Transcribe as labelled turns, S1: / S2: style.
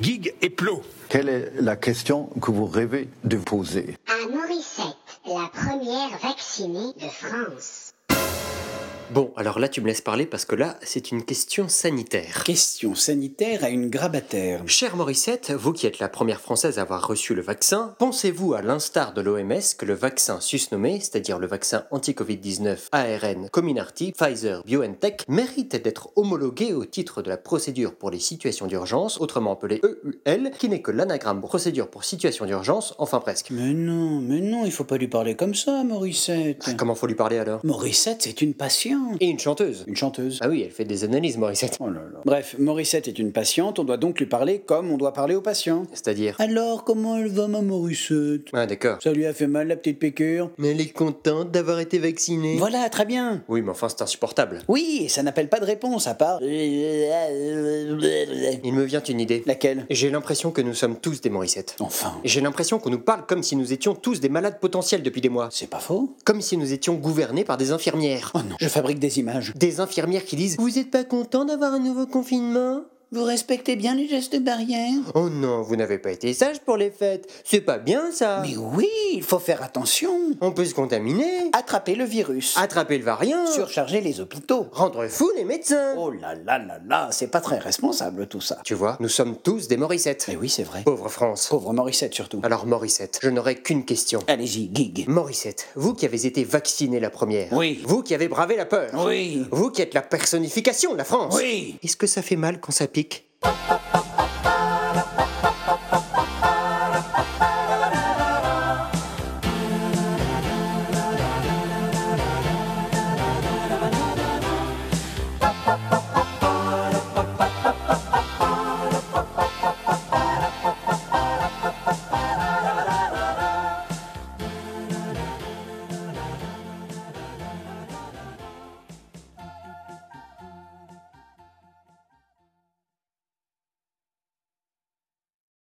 S1: Guigues et Plot.
S2: Quelle est la question que vous rêvez de poser
S3: À Morissette, la première vaccinée de France.
S4: Bon, alors là, tu me laisses parler parce que là, c'est une question sanitaire.
S5: Question sanitaire à une grabataire.
S4: Cher Morissette, vous qui êtes la première Française à avoir reçu le vaccin, pensez-vous à l'instar de l'OMS que le vaccin susnommé, c'est-à-dire le vaccin anti-Covid-19 ARN Comirnaty Pfizer BioNTech, mérite d'être homologué au titre de la procédure pour les situations d'urgence, autrement appelée EUL, qui n'est que l'anagramme pour procédure pour situation d'urgence, enfin presque.
S5: Mais non, mais non, il faut pas lui parler comme ça, Morissette.
S4: Comment faut lui parler alors
S5: Morissette, c'est une patiente.
S4: Et une chanteuse.
S5: Une chanteuse.
S4: Ah oui, elle fait des analyses, Morissette.
S5: Oh là là. Bref, Morissette est une patiente, on doit donc lui parler comme on doit parler aux patients.
S4: C'est-à-dire
S5: Alors, comment elle va, ma Morissette
S4: Ah d'accord.
S5: Ça lui a fait mal, la petite piqûre
S4: Mais elle est contente d'avoir été vaccinée.
S5: Voilà, très bien.
S4: Oui, mais enfin, c'est insupportable.
S5: Oui, et ça n'appelle pas de réponse à part.
S4: Il me vient une idée.
S5: Laquelle
S4: J'ai l'impression que nous sommes tous des Morissettes.
S5: Enfin.
S4: J'ai l'impression qu'on nous parle comme si nous étions tous des malades potentiels depuis des mois.
S5: C'est pas faux
S4: Comme si nous étions gouvernés par des infirmières.
S5: Oh non, je fabrique des images.
S4: Des infirmières qui disent Vous êtes pas content d'avoir un nouveau confinement
S5: Vous respectez bien les gestes barrières
S4: Oh non, vous n'avez pas été sage pour les fêtes. C'est pas bien ça.
S5: Mais oui, il faut faire attention.
S4: On peut se contaminer,
S5: Attraper le virus.
S4: attraper le variant,
S5: Surcharger les hôpitaux.
S4: rendre fous les médecins.
S5: Oh là là là là, c'est pas très responsable tout ça.
S4: Tu vois, nous sommes tous des Morissettes.
S5: Mais oui, c'est vrai.
S4: Pauvre France.
S5: Pauvre Morissette surtout.
S4: Oh. Alors Morissette, je n'aurai qu'une question.
S5: Allez-y, gig.
S4: Morissette, vous qui avez été vacciné la première.
S5: Oui.
S4: Vous qui avez bravé la peur.
S5: Oui.
S4: Vous qui êtes la personnification de la France.
S5: Oui.
S4: Est-ce que ça fait mal quand ça pique